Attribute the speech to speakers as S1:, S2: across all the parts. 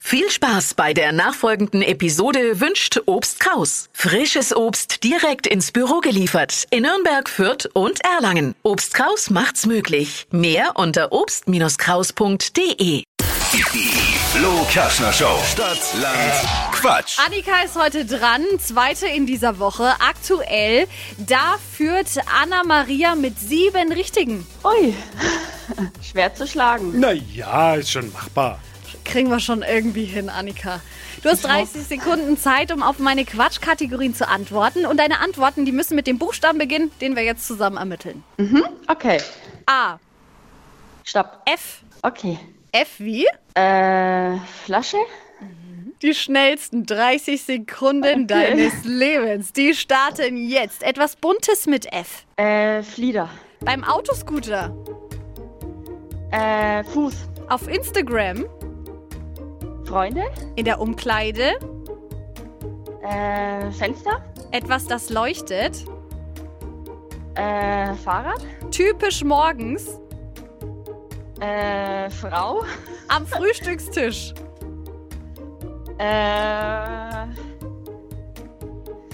S1: Viel Spaß bei der nachfolgenden Episode wünscht Obst Kraus. Frisches Obst direkt ins Büro geliefert in Nürnberg, Fürth und Erlangen. Obst Kraus macht's möglich. Mehr unter obst-kraus.de.
S2: Die Flo Kaschner Show. Stadt, Land, Quatsch.
S3: Annika ist heute dran, zweite in dieser Woche. Aktuell, da führt Anna-Maria mit sieben Richtigen.
S4: Ui, schwer zu schlagen.
S5: Naja, ist schon machbar.
S3: Kriegen wir schon irgendwie hin, Annika. Du hast 30 Sekunden Zeit, um auf meine Quatschkategorien zu antworten. Und deine Antworten, die müssen mit dem Buchstaben beginnen, den wir jetzt zusammen ermitteln.
S4: Okay,
S3: A,
S4: stopp.
S3: F.
S4: Okay.
S3: F wie?
S4: Äh, Flasche?
S3: Die schnellsten 30 Sekunden deines Lebens. Die starten jetzt. Etwas Buntes mit F.
S4: Äh, Flieder.
S3: Beim Autoscooter.
S4: Äh, Fuß.
S3: Auf Instagram.
S4: Freunde?
S3: In der Umkleide.
S4: Äh, Fenster?
S3: Etwas, das leuchtet.
S4: Äh, Fahrrad?
S3: Typisch morgens.
S4: Äh, Frau?
S3: Am Frühstückstisch.
S4: Äh,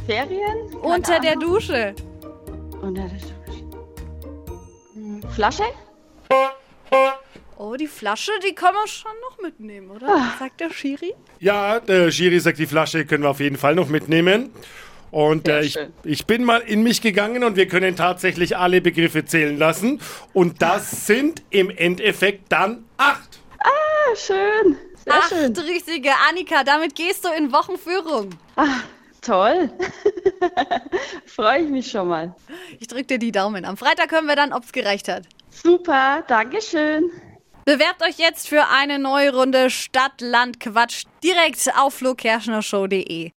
S4: Ferien? Keine
S3: unter der
S4: Ahnung.
S3: Dusche.
S4: Unter der Dusche. Hm, Flasche?
S3: Oh, die Flasche, die kann man schon noch mitnehmen, oder? Was Sagt der Schiri.
S5: Ja, der Schiri sagt, die Flasche können wir auf jeden Fall noch mitnehmen. Und
S4: Sehr
S5: äh, ich,
S4: schön.
S5: ich bin mal in mich gegangen und wir können tatsächlich alle Begriffe zählen lassen. Und das sind im Endeffekt dann acht.
S4: Ah, schön. Sehr
S3: Acht
S4: schön.
S3: richtige Annika, damit gehst du in Wochenführung.
S4: Toll. Freue ich mich schon mal.
S3: Ich drück dir die Daumen. Am Freitag hören wir dann, ob's gereicht hat.
S4: Super, Dankeschön.
S3: Bewerbt euch jetzt für eine neue Runde Stadt, Land, Quatsch direkt auf flokerschnershow.de.